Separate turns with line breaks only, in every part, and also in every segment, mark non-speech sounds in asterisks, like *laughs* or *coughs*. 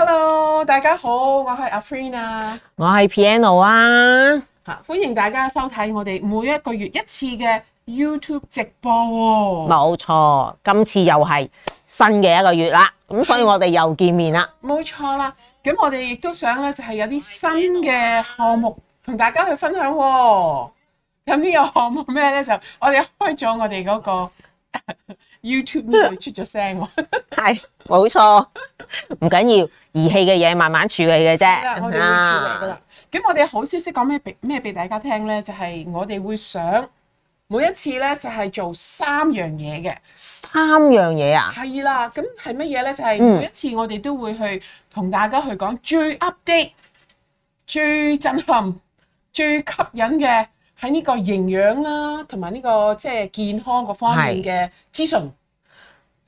Hello，大家好，我係阿 Freen 啊，
我係 Piano 啊，
吓歡迎大家收睇我哋每一個月一次嘅 YouTube 直播喎、
冇錯，今次又係新嘅一個月啦，咁所以我哋又見面啦。
冇錯啦。咁我哋亦都想咧，就係有啲新嘅項目同大家去分享喎、咁呢個項目咩咧？就我哋開咗我哋嗰、個 *laughs* YouTube 呢度出咗聲喎。
係，冇錯，唔緊要，儀器嘅嘢慢慢處理嘅啫。啊
啦，我哋會處理噶啦。咁我哋好消息講咩俾咩俾大家聽咧？就係、我哋會想每一次咧，就係、做三樣嘢嘅。
三樣嘢啊，
係啦，咁係乜嘢咧？就係、
嗯
每一次我哋都會去同大家去講最 update、最震撼、最吸引嘅喺呢個營養啦，同埋呢個即係健康嗰方面嘅資訊。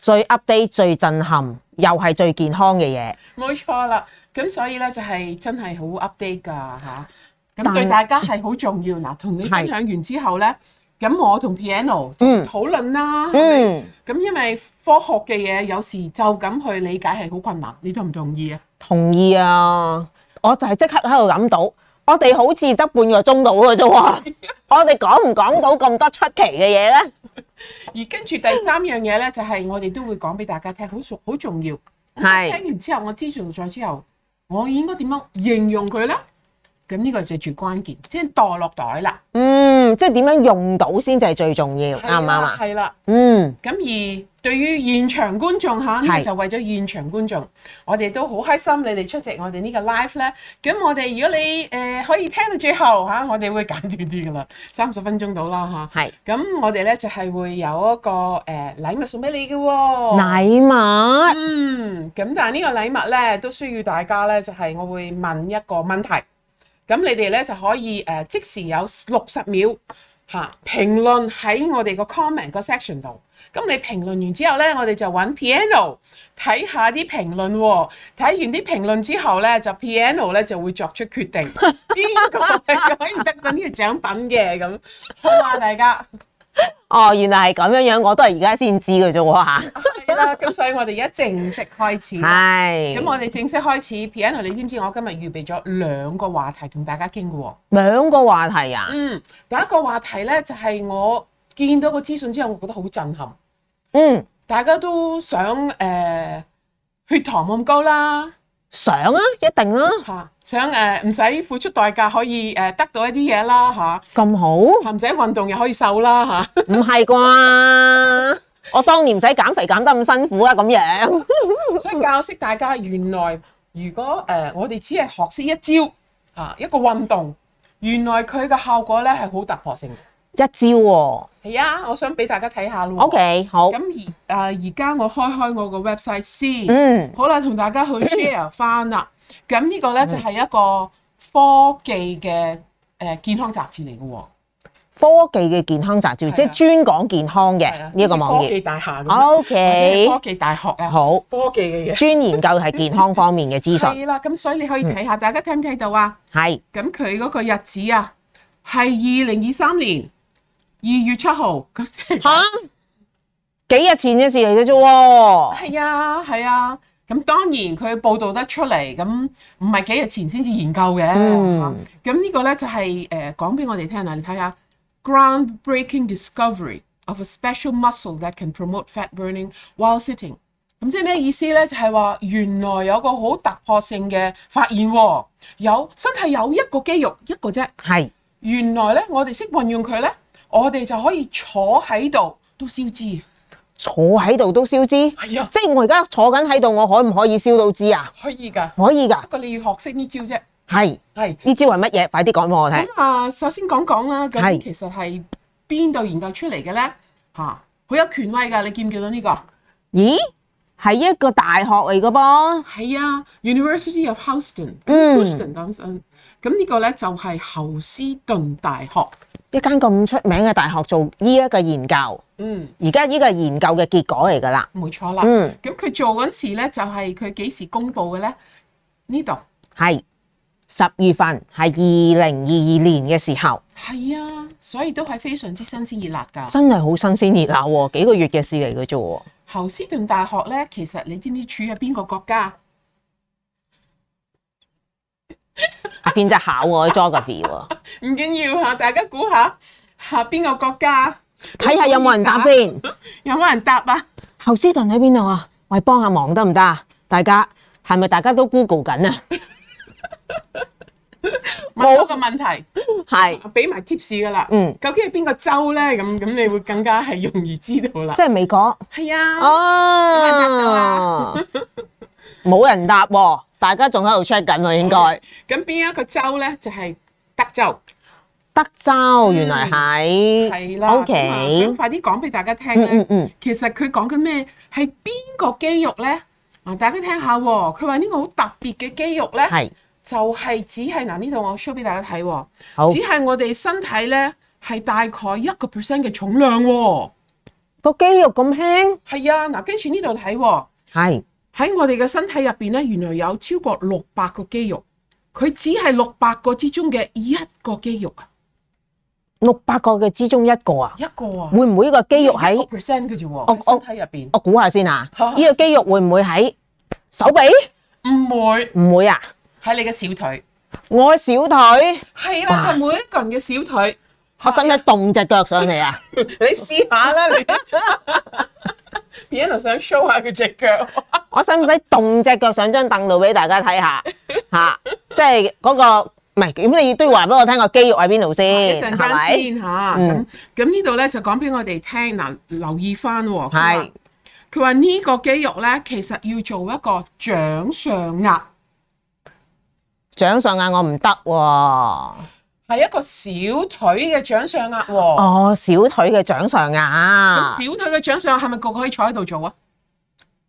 最 update、最震撼，又係最健康嘅嘢。
冇錯啦，咁所以咧就係、真係好 update 㗎嚇，咁、
但
對大家係好重要嗱。同你分享完之後咧，咁我同 Piano 就
嗯
討論啦，係咪
嗯，
咁、因為科學嘅嘢有時就咁去理解係好困難，你同唔同意啊？
同意啊，我就係即刻喺度諗到，我哋好似得半個鐘到嘅
*laughs*
啫喎，我哋講唔講到咁多出奇嘅嘢咧？
而跟住第
嗯
三樣嘢咧，就係、我哋都會講俾大家聽，好熟好重要。咁聽
係
完之後，我知道咗之後，我應該點樣形容佢咧？咁呢個就最關鍵，即係墮落袋啦，
嗯，即係點樣用到先至係最重要，啱唔啱啊？
係啦。
嗯，
咁而對於現場觀眾嚇，呢個
係
就為咗現場觀眾，我哋都好開心你哋出席我哋呢個 live 咧。咁我哋如果你誒、呃可以聽到最後嚇、我哋會簡短啲噶啦，三十分鐘到啦
係
嚇。咁我哋咧就係、會有一個誒、呃、禮物送俾你嘅喎、
禮物
嗯，咁但係呢個禮物咧都需要大家咧，就係、我會問一個問題，咁你哋咧就可以誒、呃即時有六十秒嚇評論喺我哋個 comment 個 section 度。咁你評論完之後咧，我哋就揾 piano 睇下啲評論喎、睇完啲評論之後咧，就 piano 咧就會作出決定，邊個係可以得到呢個獎品嘅咁。好啊，大家。
哦，原來係咁樣樣，我都係而家先知嘅啫喎嚇。
係啦，咁所以我哋而家正式開始啦。咁
係
我哋正式開始，Piano，你知唔知我今日預備咗兩個話題同大家傾嘅喎？
兩個話題啊，
嗯，第一個話題呢，就係、我見到個資訊之後，我覺得好震撼，
嗯，
大家都想誒、呃血糖冇咁高啦，
想啊，一定啦，
嚇、想誒唔使付出代價可以誒、呃得到一啲嘢啦，嚇、
咁好，唔
唔使運動又可以瘦啦，嚇、
係啩？我當年唔使減肥減得咁辛苦啦，啊咁樣
*laughs* 所以教識大家，原來如果誒、呃我哋只係學識一招啊一個運動，原來佢嘅效果呢係好突破性嘅。
一招喎。
係啊，我想俾大家睇下咯。
OK，好，
咁而啊，而家我開開我個 website 先。
嗯，
好啦，同大家去 share 翻啦。咁呢個咧就係一個科技嘅誒、呃健康雜誌嚟嘅喎，
科技嘅健康雜誌，即
係啊
係專講健康
係
嘅
啊
呢一個網
好似科
頁。
技大廈咁，
O
或者係
K，
科技大學啊，
好，
科技嘅嘢。
專研究係健康方面嘅資訊，嗯
係啦，咁所以你可以睇下，大家聽唔聽到啊？
係
咁佢嗰個日子啊，係二零二三年二月七號，咁即係
吓幾日前嘅事嚟嘅啫喎。
係啊，係啊。咁當然佢報導得出嚟，咁唔係幾日前先至研究嘅。
嗯
啊咁呢個呢，就係誒講俾我哋聽啊，你睇下 groundbreaking discovery of a special muscle that can promote fat burning while sitting。咁即係咩意思呢？就係話原來有個好突破性嘅發現喎，有身體有一個肌肉一個啫，
係
原來呢，我哋識運用佢呢，我哋就可以坐喺度都消脂。
坐喺度都燒脂，
係啊，
即係我而家坐緊喺度，我可唔可以燒到脂啊？
可以㗎。
可以㗎
不，過你要啊學識呢招啫，
係
係
呢招係乜嘢？快啲講俾我聽
咁。啊，首先講講啦，咁
係
其實係邊度研究出嚟嘅咧？嚇、好有權威㗎，你見唔見到呢、個？
咦，係一個大學嚟嘅噃，
係啊，University of Houston，
嗯
Houston 等等咁呢個咧就係侯斯頓大學，
一間咁出名嘅大學做呢一個研究，
嗯，
而家呢個係研究嘅結果嚟㗎啦。
冇錯啦。
嗯，
咁佢做嗰陣時咧，就係佢幾時公佈嘅咧？呢度
係十月份，係二零二二年嘅時候，
係啊，所以都係非常之新鮮熱辣㗎。
真係好新鮮熱鬧喎，幾個月嘅事嚟嘅啫喎。
侯斯頓大學咧，其實你知唔知處喺邊個國家？
啊邊隻考喎 geography 喎？
唔緊要嚇，大家估下嚇邊個國家？
睇下有冇人答先。
有冇人答啊？
侯斯頓喺邊度啊？喂，幫下忙得唔得啊？大家係咪大家都 Google 緊啊？
問多個問題，
係，
俾埋 tips 噶啦。
嗯，
究竟係邊個州咧？咁咁你會更加係容易知道啦。
即係美國。
係啊，
哦，冇人答喎，大家仲喺度 check 緊喎，應該。
咁邊一個州咧就係德州。
德州原來喺，
係啦咁啊
O
想
K，
快啲講俾大家聽
嗯
咧。
嗯嗯，
其實佢講緊咩？係邊個肌肉咧？啊，大家聽下喎。佢話呢個好特別嘅肌肉咧，
係
就係只係嗱呢度我 show 俾大家睇喎，
好
只係我哋身體咧係大概一個 percent 嘅重量喎。
個肌肉咁輕，
係啊，嗱，跟住呢度睇喎，
係
喺我哋嘅身體入邊咧，原來有超過六百個肌肉，佢只係六百個之中嘅一個肌肉啊，
六百個嘅之中一個啊，
一個啊，
會唔會個肌肉
一
喺？
個 percent 嘅啫喎，
我
喺身體入邊
我估下先啊，
好
呢個肌肉會唔會喺手臂？
唔會
唔會啊，
喺你嘅小腿，
我小腿，
係啦，就每一個人嘅小腿。
我使唔使動只腳上嚟 *laughs* 啊？
你試下啦，
*laughs*
你 *laughs* Piano 想 show 下佢只腳，
我使唔使動只腳上張凳度俾大家睇下？嚇、即係嗰、個唔係咁，你都要話俾我聽個肌肉喺邊度
一
先，
陣
係
間
咪？
先嚇。咁
嗯
咁呢度咧就講俾我哋聽嗱，留意翻喎。佢話
係
佢話呢個肌肉咧，其實要做一個掌上壓，
掌上壓我唔得喎，哦，
係一個小腿嘅掌上壓喎。
哦小腿嘅掌上壓
咁小腿嘅掌上壓係咪個個可以坐喺度做啊？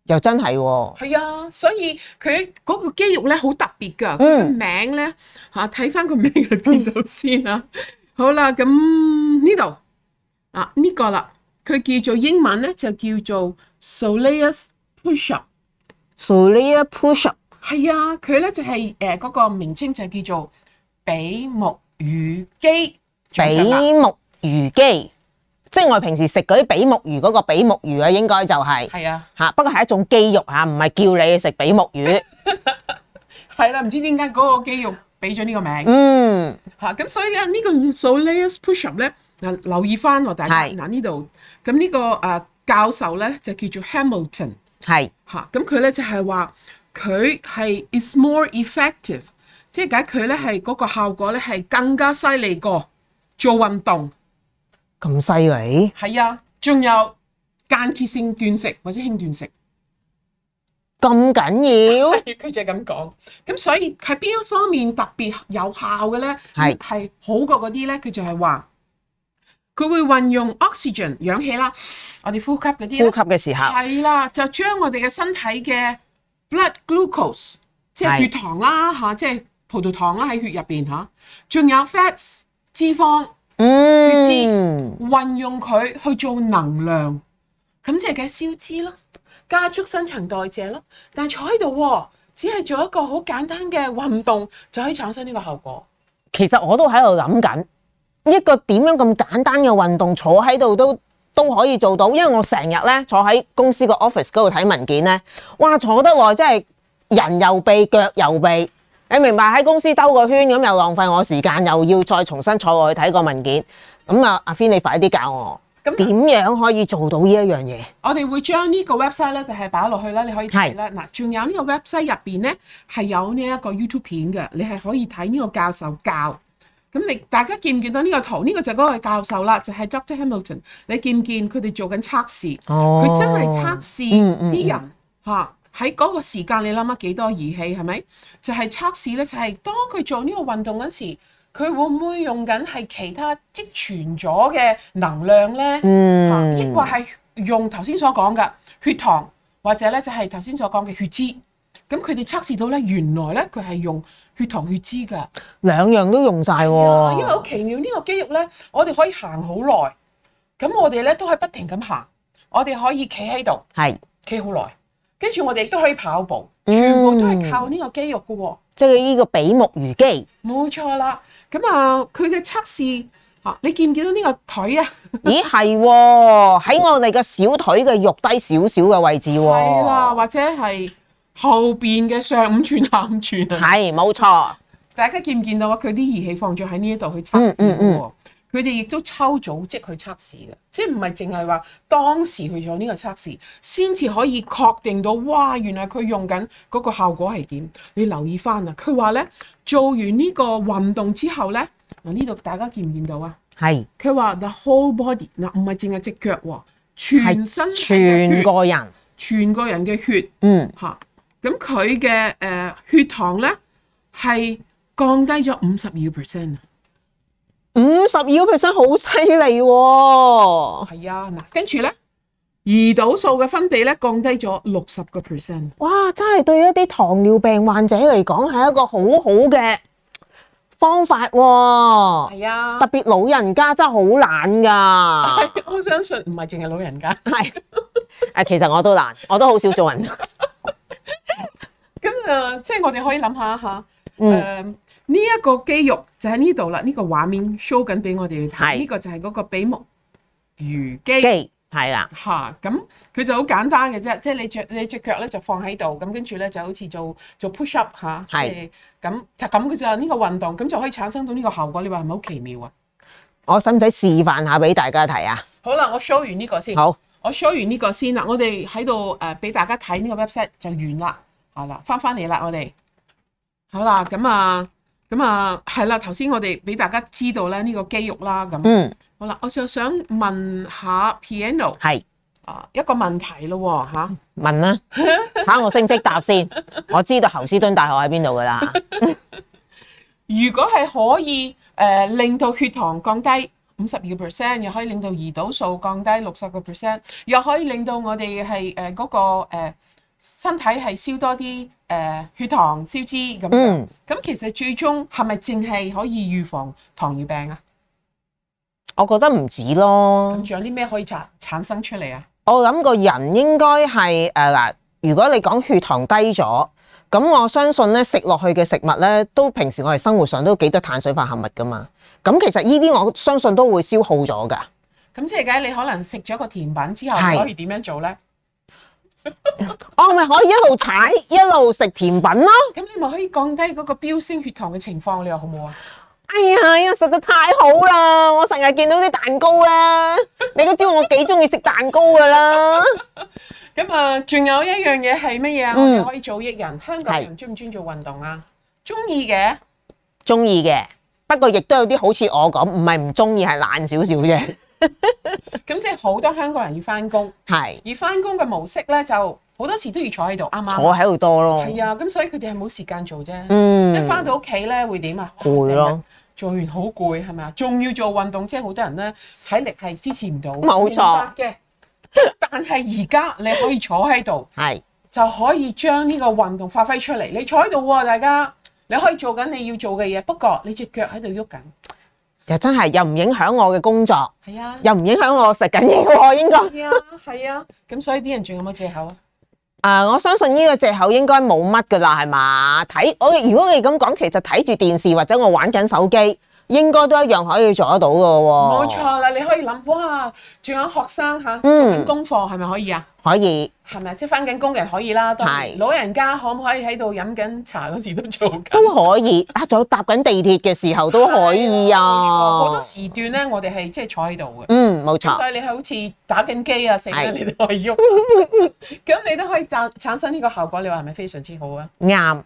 又真係喎，
係啊，所以佢嗰個肌肉咧好特別㗎，佢個、
嗯
名咧嚇睇翻個名喺邊度先
*laughs*
啊。好啦，咁呢度啊呢、個啦，佢叫做英文咧就叫做 soleus push-up。
所以呢一 push up
係啊，佢咧就係誒嗰個名稱就叫做比目魚肌掌上壓。
比目魚肌，即係我平時食嗰啲比目魚嗰個比目魚啊，應該就係、
係啊，
嚇，不過係一種肌肉啊嚇，唔係叫你食比目 *laughs* 魚。
係啦、唔知點解嗰個肌肉俾咗呢個名。
嗯，
嚇，咁所以咧呢個 soleus push-up 咧，嗱留意翻喎，大家
係
嗱呢度，咁呢、個誒、呃教授咧就叫做 Hamilton
係
嚇，咁佢咧就係話佢係 is more effective，即係解佢咧係嗰個效果咧係更加犀利過做運動，
咁犀利，
係啊，仲有間歇性斷食或者輕斷食，
咁緊要。
*laughs* 佢就係咁講，咁所以喺邊一方面特別有效嘅咧？
係
係好過嗰啲咧，佢就係話佢會運用 oxygen 氧氣啦，我哋呼吸嗰啲
呼
啦
吸嘅時候，
係啊啦，就將我哋嘅身體嘅 blood glucose 即係
係
血糖啦嚇，即係葡萄糖啦喺血入邊嚇，仲有 fats 脂肪
嗯，
運用佢去做能量，咁即係嘅消脂咯，加速新陳代謝咯。但係坐喺度喎，只係做一個好簡單嘅運動就可以產生呢個效果。
其實我都喺度諗緊一個點樣咁簡單嘅運動，坐喺度都都可以做到，因為我成日咧坐喺公司個 office 嗰度睇文件咧，哇，坐得耐真係人又痹腳又痹，你明白喺公司兜個圈咁又浪費我時間，又要再重新坐落去睇個文件，咁啊，阿軒你快啲教我
咁
點樣可以做到呢一樣嘢？
我哋會將呢個 website 咧就係擺落去啦，你可以睇啦。嗱，仲有呢個 website 入邊咧係有呢一個 YouTube 片嘅，你係可以睇呢個教授教。咁你大家見唔見到呢個圖？呢、個就係嗰個教授啦，就係、Dr. Hamilton。你見唔見佢哋做緊測試？
哦
佢真係測試
嗯嗯
啲人嚇喺嗰個時間，你諗下幾多儀器係咪？就係、測試咧，就係、當佢做呢個運動嗰時，佢會唔會用緊係其他積存咗嘅能量咧？嚇
嗯，
抑或係用頭先所講嘅血糖，或者咧就係頭先所講嘅血脂。咁佢哋測試到咧，原來咧佢係用血糖血脂㗎。
兩樣都用晒
啊因為
喎
好，奇妙呢、個肌肉咧，我哋可以行好耐，咁我哋咧都可以不停咁行，我哋可以企喺度
係
企好耐，跟住我哋亦都可以跑步，
嗯
全部都係靠呢個肌肉㗎喎。
即係呢個比目魚 *laughs* 肌。
冇錯啦，咁啊，佢嘅測試啊，你見唔見到呢個腿啊？
咦係喎，喺我哋嘅小腿嘅肉低少少嘅位置喎，
係啦，或者係後邊嘅上五寸、下五寸啊。
係冇錯，
大家見唔見到啊？佢啲儀器放咗喺呢一度去測試嘅喎。
嗯嗯
佢哋亦都抽組織去測試嘅，即係唔係淨係話當時去做呢個測試，先至可以確定到，哇！原來佢用緊嗰個效果係點？你留意翻啊，佢話呢，做完呢個運動之後呢，嗱呢度大家見唔見到啊？
係
佢話 the whole body 嗱，唔係淨係只腳喎，全身
全個人，
全個人嘅血
嗯，
嚇，咁佢嘅誒血糖咧係降低咗五十二 percent 啊，
五十二個 percent 好犀利喎！
係啊嗱，跟住咧胰島素嘅分泌咧降低咗六十個 percent，
哇！真係對一啲糖尿病患者嚟講係一個好好嘅方法喎、
係啊
特，別老人家真係好懶 *laughs* 㗎，
係我相信唔係淨係老人家，
係誒，啊其實我都懶，我都好少做運動。
咁啊即係我哋可以諗下呃嚇
嗯，
誒呢一個肌肉就喺呢度啦，呢、個畫面 show 緊俾我哋去
係
睇，呢個就係嗰個比目魚肌。
*laughs* 肌係啦，
嚇，咁佢就好簡單嘅啫，即係你着你只腳咧就放喺度，咁跟住咧就好似做做 push up 嚇，即
係
係咁就咁嘅咋呢個運動，咁就可以產生到呢個效果，你話係咪好奇妙啊？
我使唔使示範下俾大家睇啊？
好啦，我 show 完呢個先，
好，
我 show 完呢個先啦，我哋喺度誒俾大家睇呢個 website 就完啦，係啦，翻翻嚟啦，我哋好啦，咁啊咁啊係啦，頭先我哋俾大家知道咧呢個肌肉啦，咁
嗯，
好啦，我就想問下 piano
係
啊一個問題咯喎嚇
問 *laughs* 啦，睇下我識唔識答先。我知道侯斯敦大學喺邊度㗎 *laughs* 啦，
如果係可以誒、呃令到血糖降低五十二 percent，又可以令到胰島素降低六十個 percent，又可以令到我哋係誒嗰個、呃、身體係燒多啲誒、呃血糖燒脂咁樣。咁、
嗯，
其實最終係咪淨係可以預防糖尿病啊？
我覺得唔止咯
咁。仲有啲咩可以產產生出嚟啊？
我諗個人應該係誒呃嗱，如果你講血糖低咗，咁我相信咧食落去嘅食物咧，都平時我哋生活上都幾多碳水化合物噶嘛。咁其實呢啲我相信都會消耗咗噶。
咁即係梗係你可能食咗個甜品之後，
係
你可以點樣做咧？
我哦咪可以一路踩一路食甜品咯。
咁你咪可以降低嗰個飆升血糖嘅情況，你話好唔好啊？
哎呀哎呀，實在太好啦！我成日見到啲蛋糕啦，你都知道我幾中意食蛋糕噶啦。
咁啊，仲有一樣嘢係乜嘢啊？我
嗯
哋可以做益人。香港人中唔中意做運動啊？中意嘅，
中意嘅，不過亦都有啲好似我咁，唔係唔中意，係懶少少啫。
咁即係好多香港人要翻工，
係
而翻工嘅模式咧就好多時都要坐喺度，啱唔啱
坐
啊？
喺度多咯。
係啊，咁所以佢哋係冇時間做啫。
嗯，
一翻到屋企咧會點啊？哇
攰咯。
成日做完好攰係咪啊？仲要做運動，即係好多人咧體力係支持唔到。
冇錯
明白嘅。但係而家你可以坐喺度。
係
就可以將呢個運動發揮出嚟。你坐喺度喎，大家你可以做緊你要做嘅嘢，不過你隻腳喺度喐緊。
又真係又唔影響我嘅工作，
係啊，
又唔影響我食緊嘢喎，應該。
係啊，係啊。咁所以啲人仲有冇藉口啊？
啊、我相信呢個藉口應該冇乜噶啦，係嘛？睇我如果你咁講，其實睇住電視或者我玩緊手機，應該都一樣可以做得到噶喎。
冇、，錯啦，你可以諗，哇，仲有學生嚇做
哦嗯
緊功課係咪可以啊？
可以
係咪即係翻緊工嘅人可以啦，當然
係
老人家可唔可以喺度飲緊茶嗰時都做緊？
都可以啊！仲有搭緊地鐵嘅時候都可以
係冇錯好
啊
多。時段咧，我哋係即係坐喺度嘅。
嗯，冇錯，
所以你好似打緊機啊，成日
係
你都可以
*laughs*
喐，咁你都可以產產生呢個效果，你話係咪非常之好啊？
啱。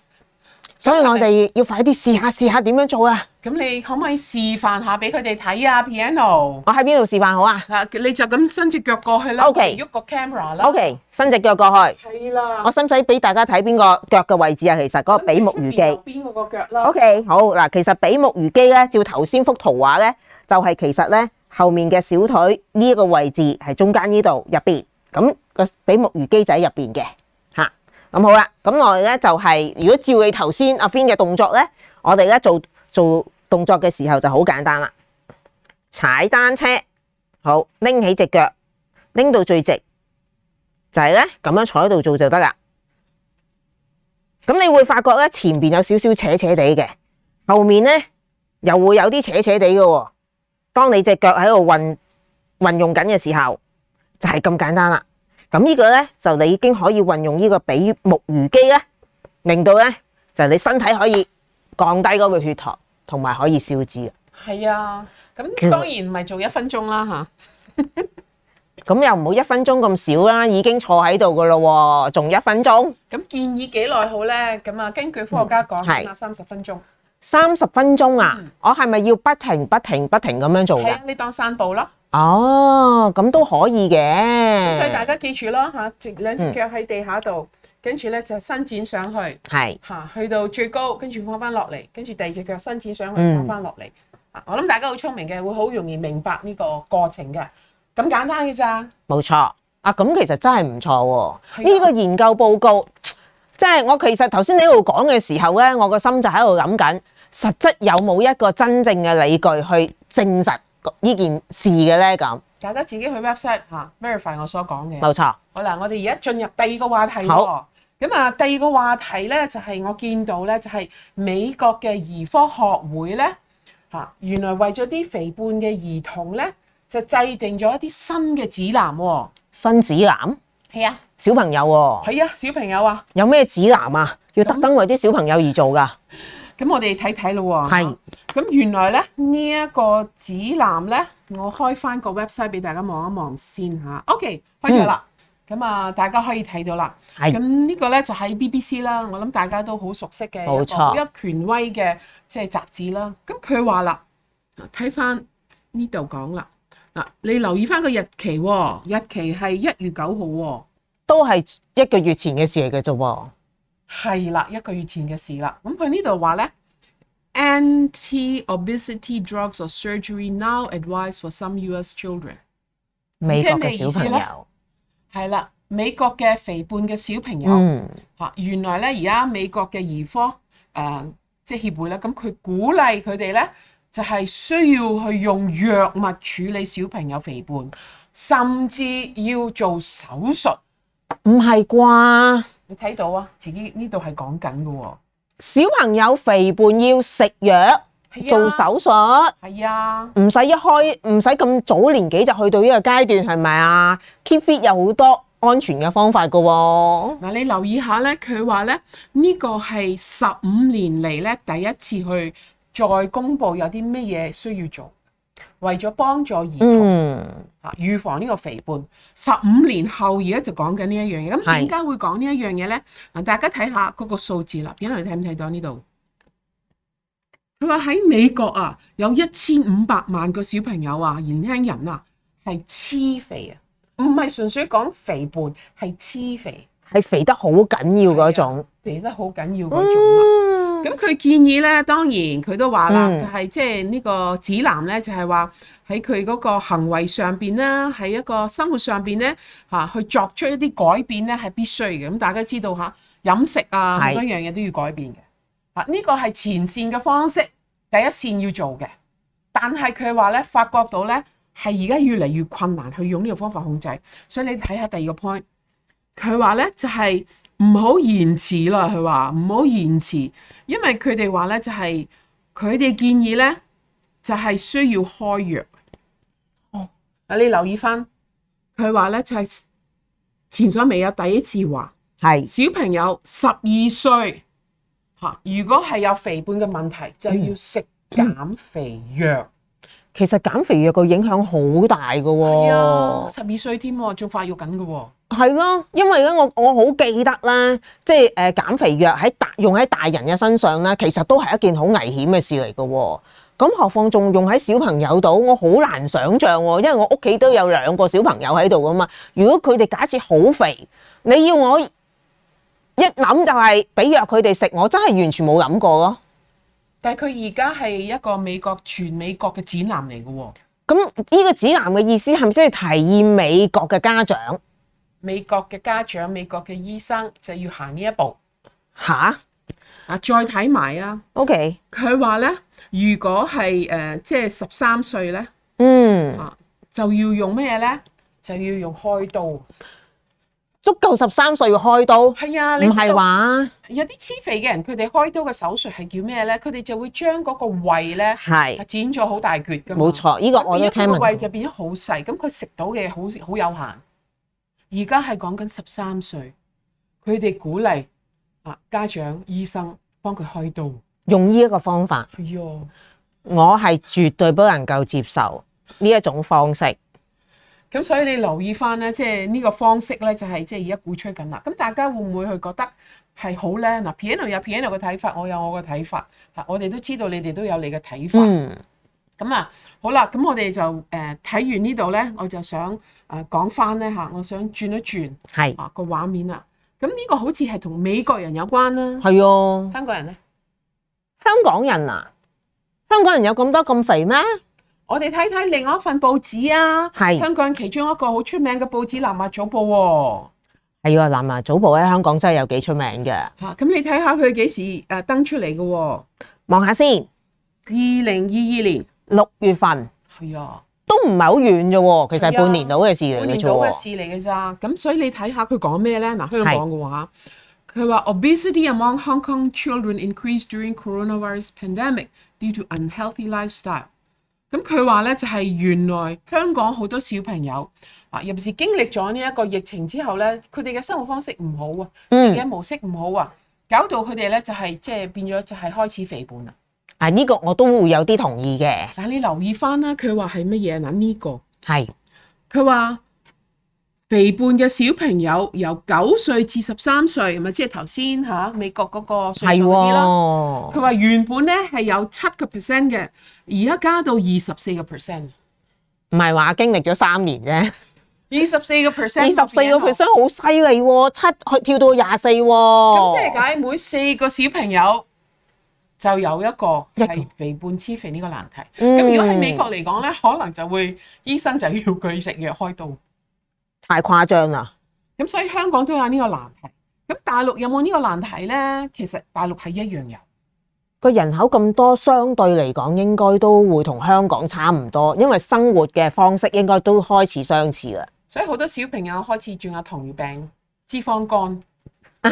所以我哋要快啲試下試下點樣做啊！
咁你可唔可以示範下俾佢哋睇啊？Piano
我喺邊度示範好啊
啊，你就咁伸只腳過去啦
OK
喐個 camera 啦，
？OK，伸只腳過去，
係啦
我，使唔使俾大家睇邊個腳嘅位置啊？其實嗰個比目魚肌。
邊嗰個腳啦
O、k 好嗱，其實比目魚肌咧，照頭先幅圖畫咧，就係、其實咧後面嘅小腿呢一個位置係中間呢度入邊，咁、個比目魚肌就喺入邊嘅嚇。咁、好啦，咁我哋咧就係、如果照你頭先阿 Fin 嘅動作咧，我哋咧做做動作嘅時候就好簡單啦，踩單車，好拎起只腳，拎到最直，就係咧咁樣坐喺度做就得啦。咁你會發覺咧，前邊有少少扯扯地嘅，後面咧又會有啲扯扯地嘅喎。當你只腳喺度運運用緊嘅時候，就係、咁簡單啦。咁呢個咧就你已經可以運用呢個比目魚肌咧，令到咧就你身體可以降低嗰個血糖，同埋可以消脂嘅。
係啊，咁
叫
當然唔係做一分鐘啦吓，
咁又唔好一分鐘咁少啦，已經坐喺度噶咯喎，仲一分鐘，
咁建議幾耐好咧？咁啊，根據科學家講，
係
起碼三十分鐘。
三十分鐘啊！我係咪要不停不停不停咁樣做
係
㗎
啊？，你當散步啦。
哦，咁都可以
咁所以
嘅，
大家記住啦嚇，直兩隻腳喺地下度，跟住咧就伸展上去
係
嚇，去到最高，跟住放翻落嚟，跟住第二隻腳伸展上去
嗯
放翻落嚟。啊，我諗大家好聰明嘅，會好容易明白呢個過程嘅。咁簡單嘅咋？
冇錯啊！咁其實真係唔錯
係
喎，
啊
呢個研究報告，即係我其實頭先你喺度講嘅時候咧，我個心就喺度諗緊，實質有冇一個真正嘅理據去證實呢件事嘅咧？咁
大家自己去 website 嚇 verify 我所講嘅。
冇錯，
好啦，我哋而家進入第二個話題喎
好。
咁啊，第二個話題呢，就係、我見到呢，就係、美國嘅兒科學會呢，嚇，原來為咗啲肥胖嘅兒童呢，就制定咗一啲新嘅指南喎。
新指南
係啊，
小朋友喎，
係啊，小朋友啊，
有咩指南啊？要特登為啲小朋友而做㗎，
咁我哋睇睇咯喎。
係
咁原來咧呢一、個指南咧，我開翻個 website 俾大家望一望先嚇。OK，開咗啦。咁啊，大家可以睇到啦。
嗯係
咁呢個咧就喺 BBC 啦，我諗大家都好熟悉嘅，一
冇錯
個好有權威嘅即係雜誌啦。咁佢話啦，睇翻呢度講啦。嗱，你留意翻個日期喎、日期係一月九號喎，
都係一個月前嘅事嚟嘅啫喎。
係啦，一個月前嘅事啦。咁佢呢度話咧。Anti-obesity drugs or surgery now advised for some U.S. children。
美
即
國
係咩
嘅
意
小
思
朋
呢
友，
係啦，美國嘅肥胖嘅小朋友嚇、
嗯，
原來咧而家美國嘅兒科誒、呃即係協會咧，咁佢鼓勵佢哋咧就係、需要去用藥物處理小朋友肥胖，甚至要做手術。
唔係啩？
你睇到啊，自己呢度係講緊嘅喎，
小朋友肥胖要食藥
係啊
做手術，
係啊。
唔使一開唔使咁早年紀就去到呢個階段，係咪啊？Keep fit 有好多安全嘅方法噶喎、
嗱，你留意下咧，佢話咧呢個係十五年嚟咧第一次去再公布有啲咩嘢需要做，為咗幫助兒童
嗯，
啊預防呢個肥胖。十五年後而家就講緊呢一樣嘢，咁點
係
解會講呢一樣嘢咧？嗱，大家睇下嗰個數字啦，邊度你睇唔睇到呢度？佢話喺美國啊，有一千五百萬個小朋友啊，年輕人啊，係黐肥啊，唔係純粹講肥胖，係黐肥。
係肥得好緊要嗰種。
肥得好緊要嗰種啦。
嗯，
咁佢建議咧，當然佢都話啦，
嗯
就係即係呢個指南咧，就係話喺佢嗰個行為上邊啦，喺一個生活上邊咧嚇，去作出一啲改變咧係必須嘅。咁大家知道嚇，飲食啊
係
好多樣嘢都要改變嘅。啊，呢個係前線嘅方式，第一線要做嘅。但係佢話咧，發覺到咧係而家越嚟越困難去用呢個方法控制，所以你睇下第二個 point。佢話咧就係唔好延遲啦，佢話唔好延遲，因為佢哋話咧就係佢哋建議咧就係、需要開藥。
哦，
嗱你留意翻，佢話咧就係、前所未有第一次話
係
小朋友十二歲嚇，如果係有肥胖嘅問題，就
嗯
要食減肥藥。
其實減肥藥個影響好大噶
係
喎
啊，。十二歲添喎，仲發育緊嘅喎。
係咯，因為咧我我好記得咧，即係誒減肥藥喺大用喺大人嘅身上咧，其實都係一件好危險嘅事嚟嘅喎。咁何況仲用喺小朋友度，我好難想像喎，因為我屋企都有兩個小朋友喺度噶嘛。如果佢哋假設好肥，你要我一諗就係俾藥佢哋食，我真係完全冇諗過咯。
但係佢而家係一個美國全美國嘅展覽嚟嘅喎。
咁呢個指南嘅意思係咪即係提議美國嘅家長
美國嘅家長、美國嘅醫生就要行呢一步。
吓
啊，再睇埋啊，
o k
佢話咧，如果係誒、呃即係十三歲咧，
嗯，
啊，就要用咩咧？就要用開刀。
足夠十三歲要開刀，唔
係啊，你知
係
道
話
有啲黐肥嘅人，佢哋開刀嘅手術係叫咩咧？佢哋就會將嗰個胃咧
係。
剪咗好大橛㗎嘛。
冇錯，呢、個我都聽
變咗佢個胃
聞過。
就變咗好細，咁佢食到嘅好好有限。而家係講緊十三歲，佢哋鼓勵啊家長、醫生幫佢開刀。
用呢一個方法，
係啊。
我係絕對不能夠接受呢一種方式。
咁所以你留意翻咧，即係呢個方式咧，就係即係而家鼓吹緊啦。咁大家會唔會去覺得係好咧？嗱，piano 有 piano 嘅睇法，我有我嘅睇法。嚇，我哋都知道你哋都有你嘅睇法。
嗯，
咁啊，好啦，咁我哋就呃誒睇、完呢度咧，我就想誒講翻咧嚇，我想轉一轉
係
啊個畫面啦。咁呢個好似係同美國人有關啦，
係啊，
香港人咧，
香港人啊，香港人有咁多咁肥咩？
我哋睇睇另外一份報紙啊，
係
香港其中一個好出名嘅報紙《南華早報》喎、
係啊，南華早報喺香港真係有幾出名嘅。
嚇咁你睇下佢幾時誒登出嚟嘅喎？
望下先，
二零二二年
六月份
係啊，
都唔係好遠啫喎，
係
其實係
啊
半年到嘅事
半
嚟嘅
年
啫
到嘅
喎。
事嚟嘅咋。咁所以你睇下佢講咩咧？嗱，香港嘅話，佢話 obesity among Hong Kong children increased during coronavirus pandemic due to unhealthy lifestyle。咁佢話咧就係、原來香港好多小朋友啊，尤其是經歷咗呢一個疫情之後咧，佢哋嘅生活方式唔好啊，食
嗯
嘢模式唔好啊，搞到佢哋咧就係即係變咗就係開始肥胖啦。
啊，呢、個我都會有啲同意嘅，
嗱，你留意翻啦，佢話係乜嘢嗱？呢、個
係
佢話肥胖嘅小朋友由九歲至十三歲，咪即係頭先嚇美國嗰個歲
係
數嗰啲啦。
喎
佢，話原本咧係有七個 percent 嘅，而家加到二十四個 percent，
唔係話經歷咗三年啫，
二十四個 percent，
二十四個 percent 好犀利喎，七去跳到廿四喎，
咁即係解每四個小朋友就有一個
一個
係肥胖痴肥呢個難題。咁、
嗯
如果喺美國嚟講咧，可能就會醫生就要佢食藥開刀。
太誇張啦，
咁所以香港都有呢個難題。咁大陸有冇呢個難題呢？其實大陸係一樣有。
個人口咁多，相對嚟講應該都會同香港差唔多，因為生活嘅方式應該都開始相似啦。
所以好多小朋友開始轉下糖尿病、脂肪肝
*coughs*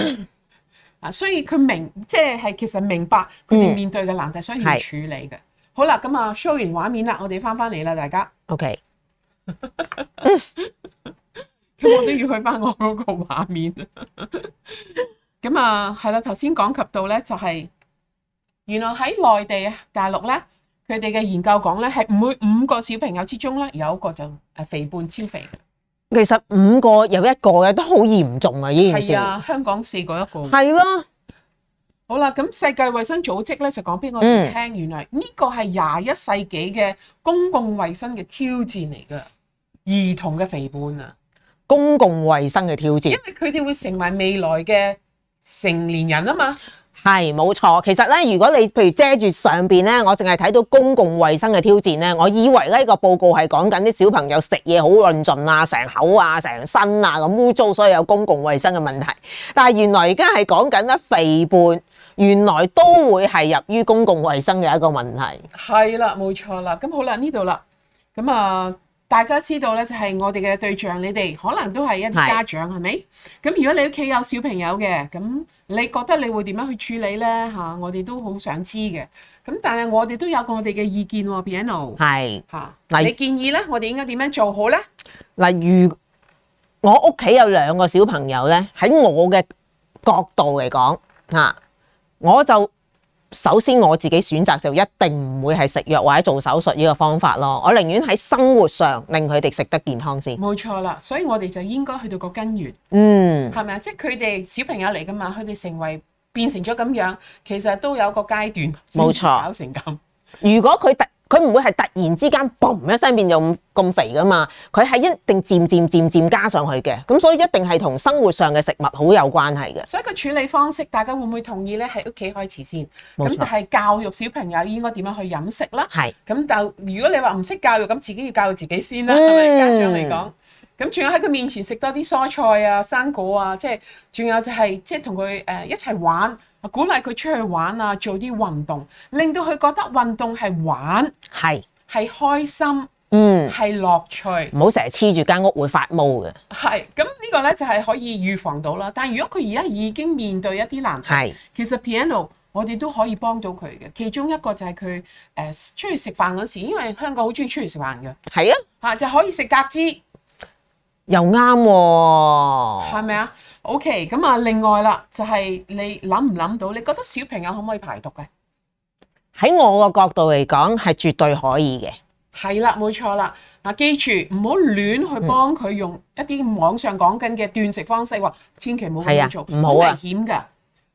啊，所以佢明即係其實明白佢哋
嗯
面對嘅難題，所以要
係
處理嘅。好啦，咁啊 show 完畫面啦，我哋翻翻嚟啦，大家，
OK，
咁我都要去翻我嗰個畫面。 *laughs* 咁啊，係啦，頭先講及到呢，就係、原來喺內地啊、大陸呢，佢哋嘅研究講呢，係每五個小朋友之中呢，有一個就誒肥胖超肥嘅。
其實五個有一個嘅都好嚴重啊！呢件事
係啊，香港四個一個。
係咯，
好啦，咁世界衛生組織咧就講俾我哋聽，原來呢個係廿一世紀嘅公共衛生嘅挑戰嚟㗎，兒童嘅肥胖啊，
公共衛生嘅挑
因
戰
為佢哋會成為未來嘅成年人啊嘛。
係冇錯。其實咧，如果你譬如遮住上邊咧，我淨係睇到公共衛生嘅挑戰咧，我以為呢個報告係講緊啲小朋友食嘢好論盡啊，成口啊，成身啊咁污糟，所以有公共衛生嘅問題。但係原來而家係講緊咧肥胖，原來都會係入於公共衛生嘅一個問題。
係啦，冇錯啦。咁好啦，呢度啦，咁啊，大家知道咧，就係我哋嘅對象，你哋可能都係一啲
係
家長，係咪？咁如果你屋企有小朋友嘅，咁你覺得你會點樣去處理咧？嚇，我哋都好想知嘅。咁但係我哋都有我哋嘅意見喎，Piano。
係。
嚇，
例
你建議咧，我哋應該點樣做好咧？
嗱，如我屋企有兩個小朋友咧，喺我嘅角度嚟講，啊，我就首先我自己選擇就一定唔會係食藥或者做手術呢個方法咯。我寧願喺生活上令佢哋食得健康先。
冇錯啦，所以我哋就應該去到個根源，
嗯，
係咪啊？即係佢哋小朋友嚟噶嘛，佢哋成為變成咗咁樣，其實都有個階段先
冇錯
搞成咁。
如果佢突佢唔會係突然之間嘣一聲變就咁咁肥噶嘛，佢係一定漸漸漸漸加上去嘅，咁所以一定係同生活上嘅食物好有關係嘅。
所以個處理方式，大家會唔會同意咧？喺屋企開始先，
冇
咁
錯
就係教育小朋友應該點樣去飲食啦。
係
咁就如果你話唔識教育，咁自己要教育自己先啦，
嗯
係咪、家長嚟講？咁仲有喺佢面前食多啲蔬菜啊、生果啊，即係仲有就係即係同佢誒一齊玩，鼓勵佢出去玩啊，做啲運動，令到佢覺得運動係玩、
係，
係開心、
嗯，
係樂趣，
唔好成日黐住間屋會發毛嘅，
係咁呢個咧就係可以預防到啦。但係如果佢而家已經面對一啲難題，
係。
其實 piano 我哋都可以幫到佢嘅，其中一個就係佢誒出去食飯嗰時，因為香港好中意出去食飯嘅嚇、
係啊，
啊就可以食格子，
又啱喎、
係咪啊？OK，咁啊，另外啦，就係、你諗唔諗到？你覺得小朋友可唔可以排毒嘅？
喺我個角度嚟講係絕對可以嘅。
係啦，冇錯啦。嗱，記住唔好亂去幫佢用一啲網上講緊嘅斷食方式喎，千祈唔好
係啊
咁做，
唔好啊
危險㗎。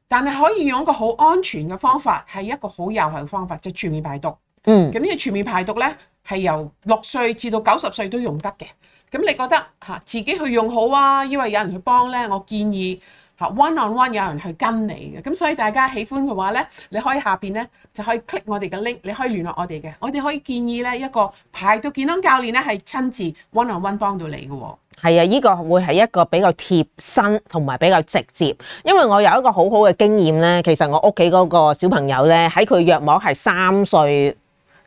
但係可以用一個好安全嘅方法，係一個好有效嘅方法，即係全面排毒。
嗯，
咁呢個全面排毒呢，係由六歲至到九十歲都用得嘅。咁你覺得嚇自己去用好啊，因為有人去幫呢，我建議嚇 one on one 有人去跟你嘅。咁所以大家喜歡嘅話呢，你可以下邊呢就可以 click 我哋嘅 link，你可以聯絡我哋嘅。我哋可以建議呢一個排毒健康教練呢係親自 one on one 幫到你嘅喎。
係啊，呢、個會係一個比較貼身同埋比較直接，因為我有一個好好嘅經驗咧。其實我屋企嗰個小朋友咧，喺佢約莫係三歲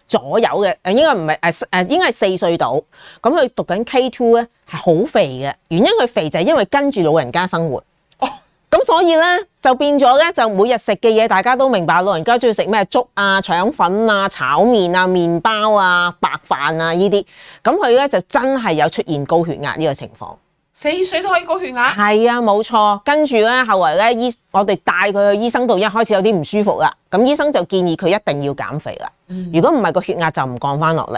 左右嘅，誒應該唔係誒誒應該係四歲到。咁佢讀緊 K two 咧係好肥嘅，原因佢肥就係因為跟住老人家生活。
哦
咁所以咧就變咗咧，就每日食嘅嘢大家都明白，老人家中意食咩粥啊、腸粉啊、炒麵啊、麵包啊、白飯啊呢啲。咁佢咧就真係有出現高血壓呢個情況。
四歲都可以高血壓，
係啊，冇錯。跟住咧，後嚟咧醫我哋帶佢去醫生度，一開始有啲唔舒服啦。咁醫生就建議佢一定要減肥啦。如果唔係個血壓就唔降翻落嚟。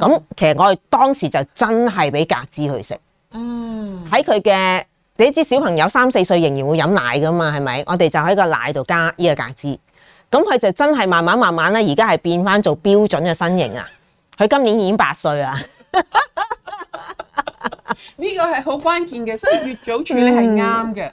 咁、其實我哋當時就真係俾格子佢食。
嗯，
喺佢嘅你知小朋友三四歲仍然會飲奶噶嘛，係咪？我哋就喺個奶度加呢個格子，咁佢就真係慢慢慢慢咧，而家係變翻做標準嘅身形啊！佢今年已經八歲啊，
呢個係好關鍵嘅，所以越早處理係啱嘅。